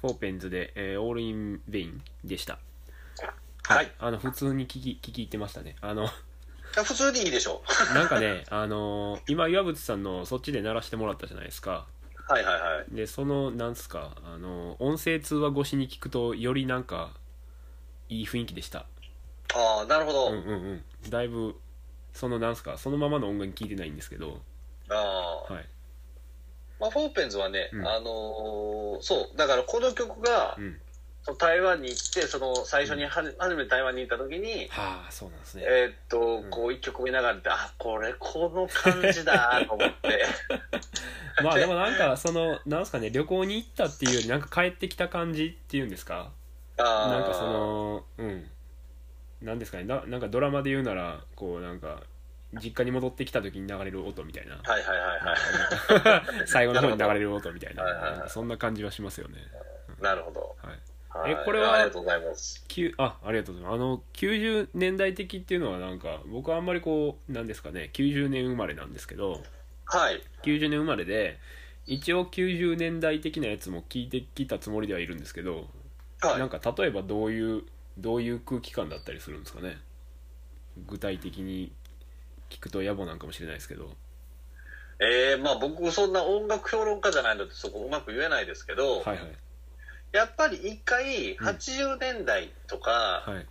フォーペンズで、えーオールインベインでした。はい。いあの、普通に聞き、聞き入ってましたね。あの、 や普通でいいでしょう。なんかね、あのー今岩渕さんのそっちで鳴らしてもらったじゃないですか。はいはいはい。で、その、なんすか、あのー音声通話越しに聞くと、よりなんか、いい雰囲気でした。ああ、なるほど。うんうんうん。だいぶ、その、なんすか、そのままの音源聞いてないんですけど、ああ。はい。まあ、フォーペンズはね、うんあのーそう、だからこの曲がう、ん。その台湾に行って、その最初にはじ、初めて台湾に行った時に、はあ、そうなんですね。えーっとん、こう一曲見ながらって、あ、これこの感じだと 思って。まあでもなんかそのなんすかね旅行に行ったっていうよりなんか帰ってきた感じっていうんですかあーなんかそのうんなんですかねななんかドラマで言うならこうなんか実家に戻ってきた時に流れる音みたいなはいはいはいは 最後の方に流れる音みたいなはいはいはいなんかそんな感じはしますよねい。なるほど。はいはいえこれはありがとうございます。きゅあありがとうございますあの90年代的っていうのはなんか僕はあんまりこうなんですかね90年生まれなんですけどはい。 90年生まれで一応90年代的なやつも聞いてきたつもりではいるんですけど、はい。なんか例えばどういうどういう空気感だったりするんですかね具体的に聞くと野暮なんかもしれないですけどえー、まあ僕、そんな音楽評論家じゃないので、そこうまく言えないですけど、はいはいやっぱり一回、80年代とか、はい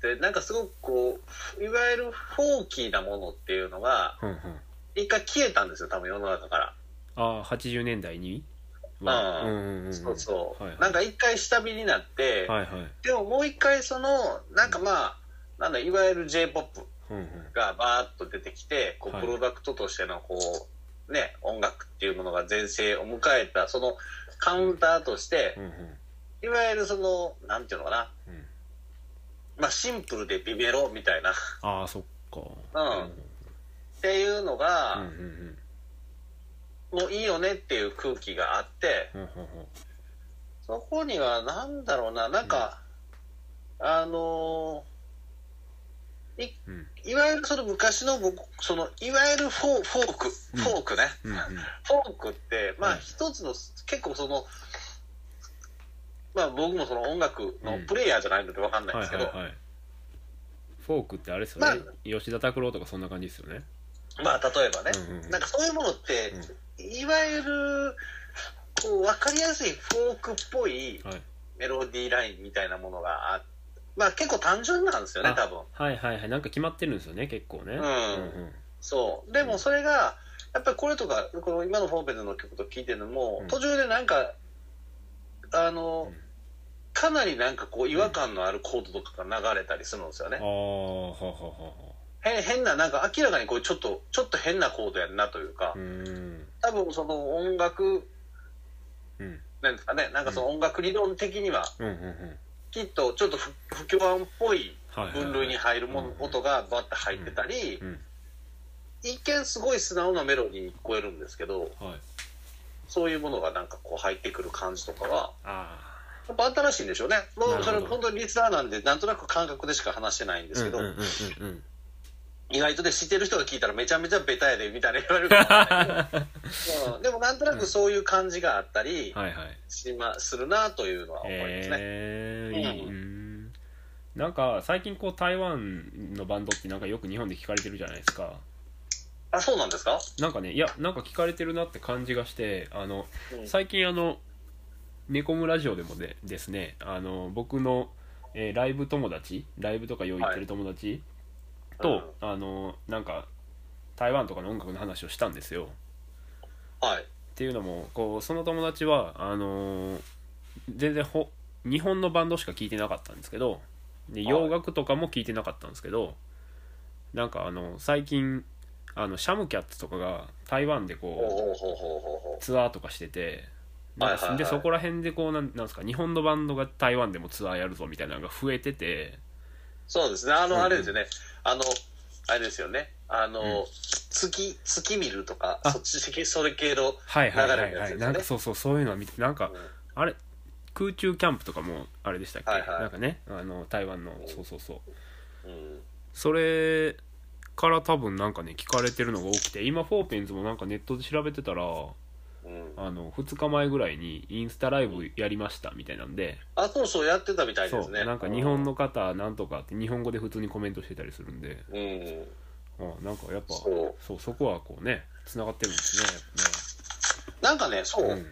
で、なんかすごくこう、いわゆるフォーキーなものっていうのが、ほんほん一回消えたんですよ、多分世の中から。ああ80年代にああうんうんうんそうそう。はいはいなんか一回下火になって、はいはいでももう一回その、なんかまあ、なんだ、いわゆる J-POP ほんほんがバーッと出てきて、こはう、いプロダクトとしてのこう、ね、音楽っていうものが全盛を迎えた、そのカウンターとしてほ、んいわゆるその、なんていうのかな、ほんうんまあシンプルでビビロみたいな、っああそっかうんていうのうんがう、んもういいよねっていう空気があって、うんほんほんほんそこにはなんだろうな、なんか、あのうんーいわゆるその昔の僕、その、いわゆるフォーフォーク、うんフォークね。うんうんフォークって、うまあん一つの、結構その、まあ僕もその音楽のうんプレイヤーじゃないのでわかんないんはでいすはけいど、はいフォークってあれですよねまあ吉田拓郎とかそんな感じですよねまあ例えばね、うんうんなんかそういうものって、いわゆる、こう分かりやすいフォークっぽいはいメロディーラインみたいなものがあまあ結構単純なんですよねあ多分はいはいはいなんか決まってるんですよね結構ねんうんそうでもそれがやっぱりこれとかこの今のフォーベルの曲と聴いてるのも、うん途中でなんかあの、うんかなりなんかこう違和感のあるコードとかが流れたりするんですよああね、ははははへ変ななんか明らかにこうちょっとちょっと変なコードやんなというか、うん多分その音楽うんなんですかねなんかその音楽理論的にはうんうんうんきっとちょっと不不協和音っぽいはいはいはい分類に入るものうん音がバッて入ってたり、うん一見すごい素直なメロディーに聞こえるんですけどはいそういうものがなんかこう入ってくる感じとかはあやっぱ新しいんでしょうねなもるうほそどれ本当にリスナーなんでなんとなく感覚でしか話してないんでですけど、うんうんうんうん意外とで知ってる人が聞いたらめちゃめちゃベタやでみたいな言われるかもしれないけどうん、でもなんとなくそういう感じがあったりはいはいしま、するなというのは思いますね、ええいいうんうんなんか最近こう台湾のバンドってなんかよく日本で聞かれてるじゃないですかあそうなんですか、なんかねいやなんか聞かれてるなって感じがしてあのうん最近あの「ネコムラジオ」でもでですねあの僕の、えーライブ友達ライブとか用意ってる友達と、はいあのなんか台湾とかの音楽の話をしたんですよはいっていうのもこうその友達はあのー全然ほ日本のバンドしか聴いてなかったんですけどではい洋楽とかも聴いてなかったんですけど、なんかあの最近あのシャムキャッツとかが台湾でこうほうほうほうほうほうほうツアーとかしててなんかはいはいはいでそこら辺でこうなんなんですか日本のバンドが台湾でもツアーやるぞみたいなのが増えててそうですね。あうんうの、んあれですよね。あの、あれですよね。あの、うん月、月見るとかあ、そっち系、それ系の、はいはいはい流れるはやつい、ですねなんかそうそうそういうのは見てなんかうんあれ空中キャンプとかもあれでしたっけ、はいはいなんかねあの台湾のそうそうそううんそれから多分なんかね聞かれてるのが多くて今フォーペンズもなんかネットで調べてたらううん、あの2日前ぐらいにインスタライブやりましたみたいなんで、あそうそうやってたみたいでそすうねなんか日本の方なんとかって日本語で普通にコメントしてたりするんで、うんうん、なんかやっぱそそうそこはこうねつながってるんですねうなんかねそう、やっぱね、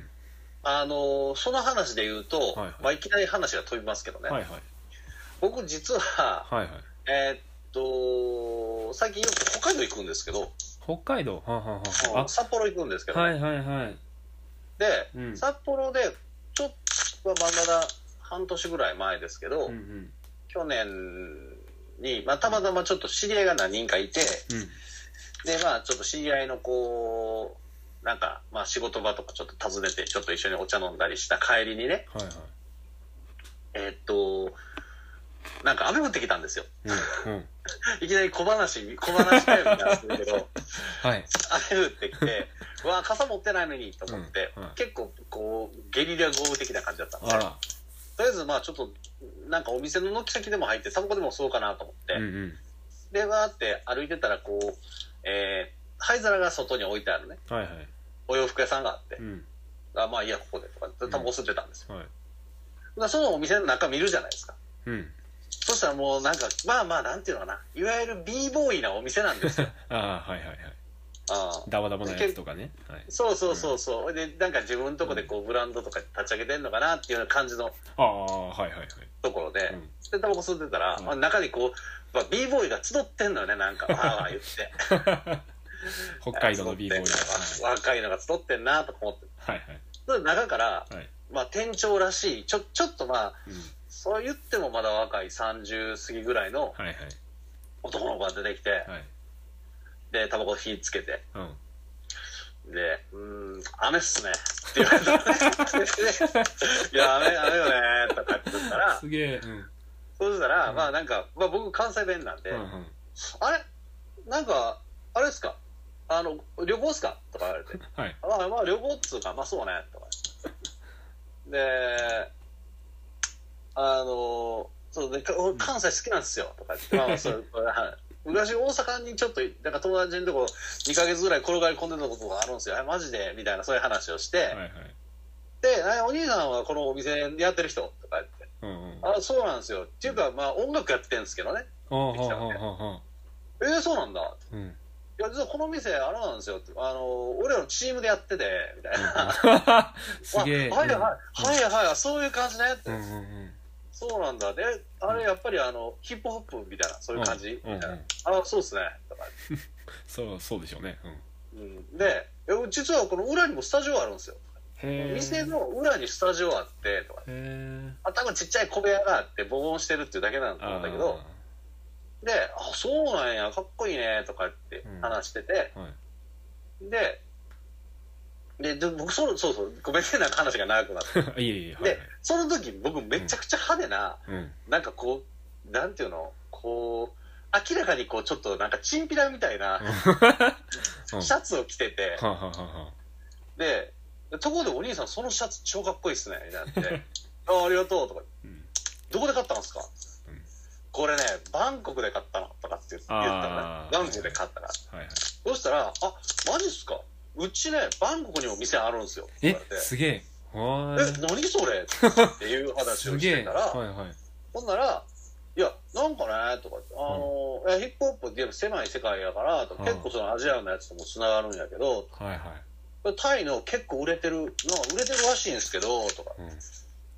あのーその話で言うと、はいはいまあ、いきなり話が飛びますけどうね、ん、はいはい僕実は、はいはいえーっと最近よく北海道行くんですけど、北海道はんはんはんあはの札幌行くんですけあど、はいはいはいで、うん札幌でちょっとはまだ半年ぐらい前ですけど、うんうん去年に、まあ、たまたまちょっと知り合いが何人かいてうんでまあちょっと知り合いのこうなんか、まあ、仕事場とかちょっと訪ねてちょっと一緒にお茶飲んだりした帰りにねはいはいえーっとなんか雨降ってきたんですようんうんいきなり小話小話タイムになるんで すけどはい雨降ってきてうわ傘持ってないのにと思って、うんはい結構こうゲリラ豪雨的な感じだったんであらとりあえずまあちょっとなんかお店の軒先でも入ってタバコでも吸おうかなと思って、うんうんでわーって歩いてたらこう、えー灰皿が外に置いてあるねはいはいお洋服屋さんがあって、うんあまあいいやここでとかってタバコ吸ってたんですよ、はいだからそのお店の中見るじゃないですかうんそしたらもうなんかまあまあなんていうのかないわゆる b ボーイなお店な んですよああはいはいはいああダバダバなやつとかねはいそうそうそうそう、でなんか自分のとこでこうブランドとか立ち上げてんのかなっていうような感じのああはい はいはいところで、うんでタバコ吸ってたら、うんまあ、中にこう、まあ、b ボーイが集ってんのよねなんかわーわー言って 北海道の B ボーイ 集ってんな若いのが集ってんなとか思ってはいはいで中から、はいまあ、店長らしいちょちょっとまあうんそう言ってもまだ若い30過ぎぐらいのはいはい男の子が出てきて、はいでタバコ火つけてうんで「うーん雨っすね」って言われたいや雨雨よね」とかって言ったらすげえうんそうしたら、うんまあなんか、まあ、僕関西弁なんで「うんうんあれなんかあれっすかあの旅行っすか?」とか言われてはいまあまあ旅行っつうかまあそうねとかであのそうでか俺関西好きなんですよとか言ってまあまあそうはい昔大阪にちょっとなんか友達のとこ2ヶ月ぐらい転がり込んでたことがあるんですよあマジでみたいなそういう話をして、はいはいであお兄さんはこのお店やってる人とか言ってうんうんああそうなんですよっていうかまあ音楽やってるんですけどねあはあはあはあえー、そうなんだうんいや実はこの店あれなんですよってあの俺らのチームでやっててみたいなすげえあはいはい、はいはいはい、そういう感じねって、うんうんうんそうなんだ。で、あれやっぱりあの、ヒップホップみたいな、そういう感じ、うんうんみたいうんな。あ、そうですね。とかそうそうでしょうねうんうん、で、え実はこの裏にもスタジオあるんですよ。へえ店の裏にスタジオあって、とか。へえあ、多分ちっちゃい小部屋があって、ボボンしてるっていうだけなんだけど、で、あ、そうなんや、かっこいいね、とかって話してて、はいで、で、で僕そう、そうそう、ごめんね、なんか話が長くなって。あいえいえはいではい、その時僕めちゃくちゃ派手な、うんなんかこう、なんていうの、こう、明らかにこう、ちょっとなんかチンピラみたいな うんシャツを着てて、はあはあはあはで、ところでお兄さん、そのシャツ超かっこいいっすね、みたいに なって、あありがとうとか、あうんどこで買ったんですか、うんこれね、バンコクで買ったのとかって言ったらあ、ーガンジーで買ったから。はいはいそしたら、あマジっすかうちね、バンコクにも店あるんですよ。って言えわれてすげえわえ、何それっていう話すをしげてえたら、はいはいほんなら、いや、なんかね、とかって、あの、いやヒップホップってやっぱ狭い世界やから、とかうん結構そのアジアのやつともつながるんやけど、はいはいタイの結構売れてる、なんか売れてるらしいんですけど、とか、うん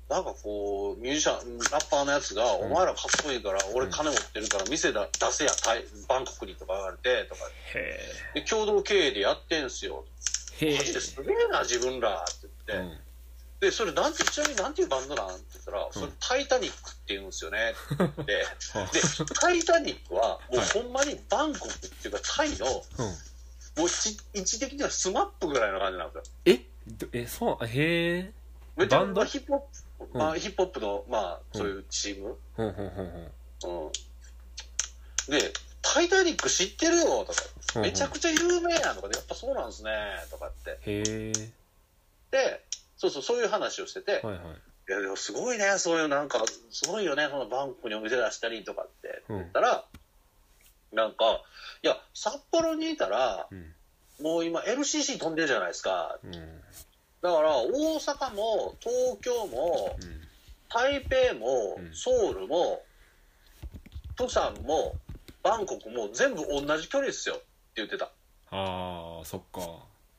なんかこう、ミュージシャン、ラッパーのやつが、んお前らかっこいいから、俺金持ってるから、店だ出せや、タイ、バンコクにとか言われて、とか、へで、共同経営でやってんすよ。えへえマジですげえな、自分ら、って言って。うんで、それなんて、ちなみになんていうバンドなんって言ったら、それタイタニックって言うんです よね、って言って。はあで、タイタニックは、もうはいほんまにバンコクっていうか、タイの、もうんうち位置的にはスマップぐらいの感じなんですよ。えどえそうへえめちゃバンドまあヒップホップ、まあ、ヒップホップの、まあ、うんそういうチーム。ほんほんほんほんうん。で、タイタニック知ってるよとか、ほんめちゃくちゃ有名やんとかで、やっぱそうなんですね、とかって。へえで、そうそう、そういう話をしてはて、いはいいや、でもすごいね、そういうなんか、すごいよね、このバンコクにお店出したりとかって。うん言ったら、なんか、いや、札幌にいたら、うんもう今 LCC 飛んでるじゃないですか。うんだから大阪も東京もうん台北もうんソウルも釜山もバンコクも全部同じ距離ですよって言ってたああそっか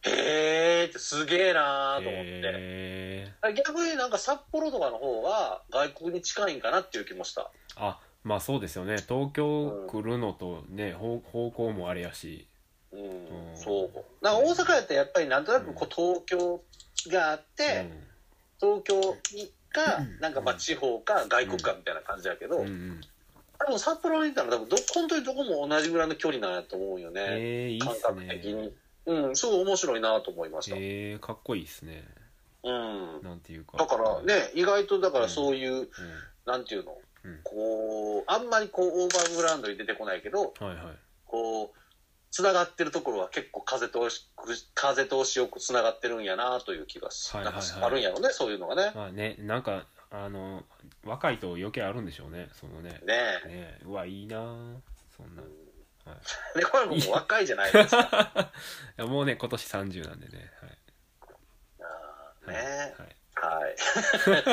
へえってすげえなーと思って、へえ逆になんか札幌とかの方が外国に近いんかなっていう気もしたあまあそうですよね東京来るのとね、方方向もあれやしうん、うんそうなんか大阪やったらやっぱりなんとなくこう東京があって、東京にかうんなんかまあ地方か外国かみたいな感じだけど、うん、うんうん多分札幌に行ったら多分ど本当にどこも同じぐらいの距離なんやと思うよね、えー、いい感っす覚的ねにうんすごい面白いなと思いました、えー、かっこいいっすねうんなんていうかだから、ね意外とだからそういう、なんていうのうんこうあんまりこうオーバーグラウンドに出てこないけどうん、はいはいこうつながってるところは結構風通しく風通しよくつながってるんやなという気がし、はいはいはいなんかあるんやろねそういうのがねまあねなんかあの若いと余計あるんでしょうねそのねねえねうわいいなぁそんな、はい、でこれももう若いじゃないですかいやもうね今年30なんでねあはーい、ね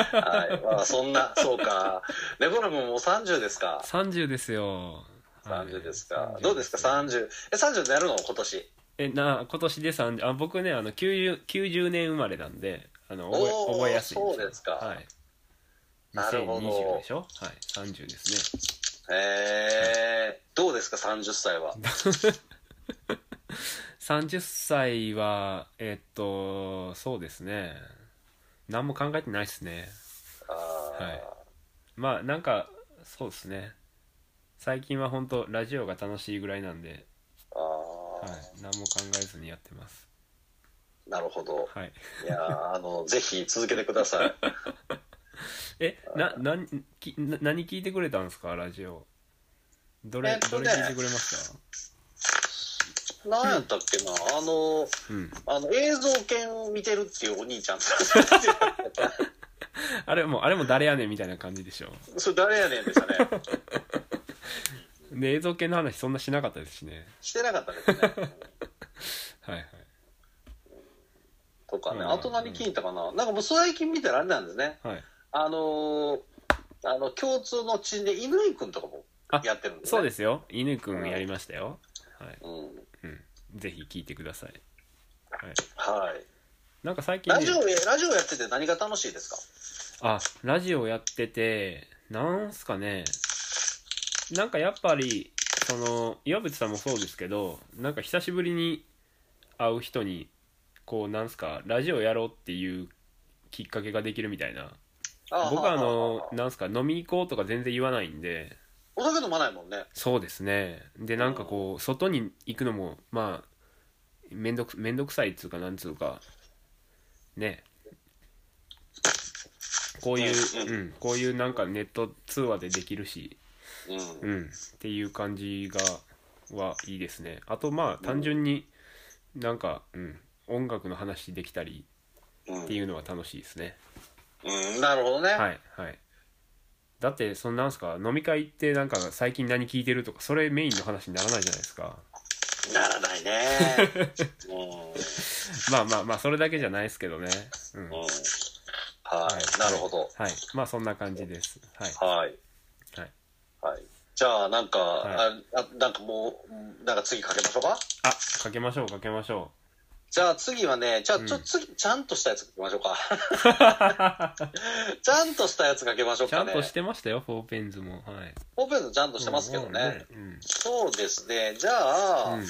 えはい、はい。はい。まあ、そんな、そうか。レボラムももう30ですか。 30ですよはい30ですか。どうですか、30。え、30になるの今年。えな今年で30あ僕ねあの 90, 90年生まれなんであの覚えおー覚えやすいんそうですかはいなるほど2020でしょはい30ですねえー、どうですか、30歳は。 30歳はえっとそうですね何も考えてないですねあーはいまあなんかそうですね最近は本当ラジオが楽しいぐらいなんで、あはーい、何も考えずにやってますなるほど。はいいやーあの、ぜひ続けてください。えな何きな何聞いてくれたんですかラジオどえれっとどねれ聞いてくれました何やったっけな、あの、うんあの、映像犬を見てるっていうお兄ちゃん。あれもあれも誰やねんみたいな感じでしょそれ誰やねんでしたね。で映像系の話そんなしなかったですしねしてなかったですね。はいはいとかね、うんあと何聞いたかな、なんかもう最近見たらあれなんですね、はいあのーあの共通の知人で乾井君とかもあやってるんで、ね、、そうですすよ犬くんやりましたよはい、うんうん、ぜひ聞いてくださいはいはい、なんか最近ラねジオラジオやってて何が楽しいですかあラジオやっててなんすかねなんかやっぱりその岩渕さんもそうですけどなんか久しぶりに会う人にこうなんすかラジオやろうっていうきっかけができるみたいなあ僕はあはのあなんすか飲み行こうとか全然言わないんでお酒飲まないもんねそうですねでなんかこう外に行くのもまあめんどくめんどくさいっつうかなんつうかねこういう、うんうん、こういうなんかネット通話でできるし、うん、うん、っていう感じがはいいですねあとまあ単純になんか、うん、音楽の話できたりうんっていうのは楽しいですねうんなるほどね、はいはいだってそんなんすか飲み会ってなんか最近何聞いてるとかそれメインの話にならないじゃないですかならないね、 うんまあまあまあそれだけじゃないですけどねうんうんははい、いなるほどいまあそんな感じですはいはいはいはいじゃあなんか、はああなんかもうなんか次かけましょうかあかけましょうかけましょじゃあ次はね、じゃあちょ、うん次、ちゃんとしたやつ書きましょうか。 ちゃんとしたやつ書きましょううちゃかんね。としてましたよフォーペンズもはいオペのちゃんとしてますけどね。うんそうですね。じゃうあ、ん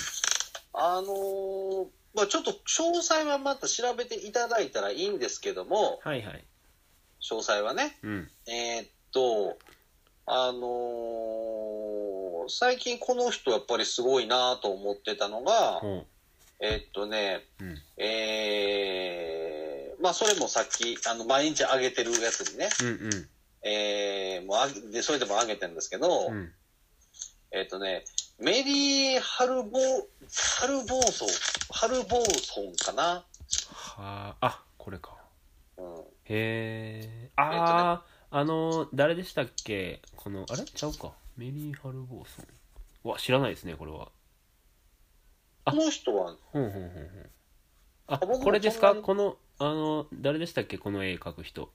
あのーまあちょっと詳細はまた調べていただいたらいいんですけども、はいはい詳細はね。うんえーっと、あのー最近この人やっぱりすごいなと思ってたのが、ほえーっとね、ううんえーまあそれもさっき、あの、毎日上げてるやつにね、うんうんえーもうあげで、それでも上げてるんですけど、うんえっ、とね、メリー・ハルボ、ハルボーソン、ハルボーソンかな、はああこれかうん、へえあああのー誰でしたっけこのあれちゃうかメリー・ハルボーソンうわ知らないですねこれはあこの人は、ほんほんほんほんあ僕もこれですかそんなにこのあの誰でしたっけこの絵描く人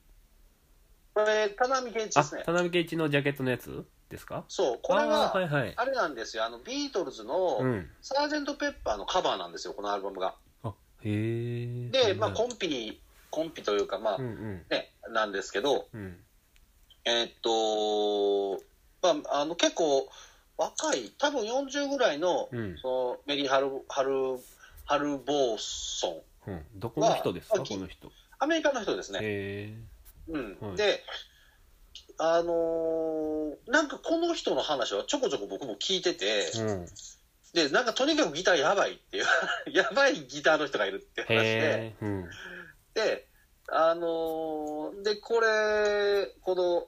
これ、田波健一あですね田。辺圭一のジャケットのやつですかそう、これあーはいが、はいあれなんですよ、あの、ビートルズうの、んサージェント・ペッパーのカバーなんですよ、このアルバムが。あへえで、まあ、コンピ、コンピというか、まあう、んうんね、なんですけど、うんえーっと、まあ、あの、結構、若い、多分40ぐらいの、うんその、メリー・ハル、ハル、ハル・ボーソン。うんどこの人ですかまあこの人アメリカの人ですね。へえうんはいで、あのーなんかこの人の話はちょこちょこ僕も聞いてて、うんで、なんかとにかくギターやばいっていう、 やばいギターの人がいるっていう話で、へえうんで、あのーで、これ、この、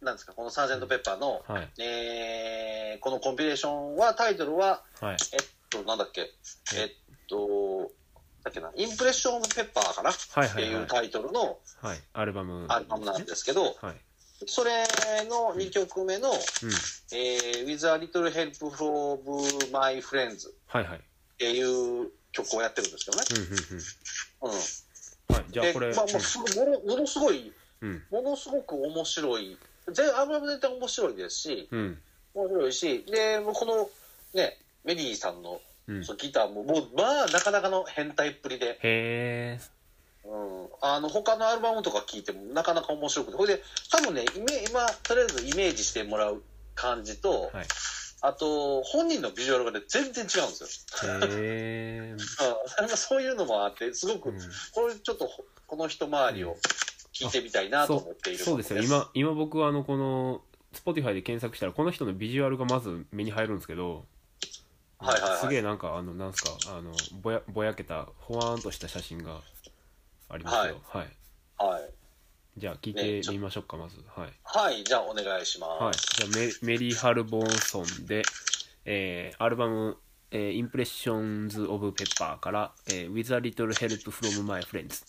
なんですか、このサージェント・ペッパーの、はいえーこのコンピレーションは、タイトルは、はいえっと、なんだっけ、えっと、だっけな、インプレッション・ペッパーかな、はいっはていいはういタイトルのはいアルバムアルバムなんですけど、はいそれの2曲目の、うんえー With a Little Help from My Friends っはいはいていう曲をやってるんですけどね。うんうんうんうん、はいじゃあこれでまあ、もうすごいものものすごい、うんものすごく面白い。全アルバム全体面白いですし、うん面白いし、で、もうこのね、メリーさんのうんそのギターも、もうまあなかなかの変態っぷりで、へえうん、あの他のアルバムとか聴いてもなかなか面白くて、これで多分ね、イメ今、とりあえずイメージしてもらう感じと、はいあと、本人のビジュアルがね、全然違うんですよ。へえうん、なんかそういうのもあって、すごく、うん これちょっと、この一回りを聞いてみたいなと思っているそうですよとこ今今僕はあのこの Spotify で検索したらこの人のビジュアルがまず目に入るんですけど、はいはいはいすげえなんかあのなんすかあのぼやぼやけたほわーんとした写真がありますよはい、はい。じゃあ聞いてみましょうかまずはい、はい、じゃあお願いします。はい、じゃあメメリー・ハルボンソンで、えーアルバム「えー Impressions of Pepper」から、えー「With a Little Help from My Friends」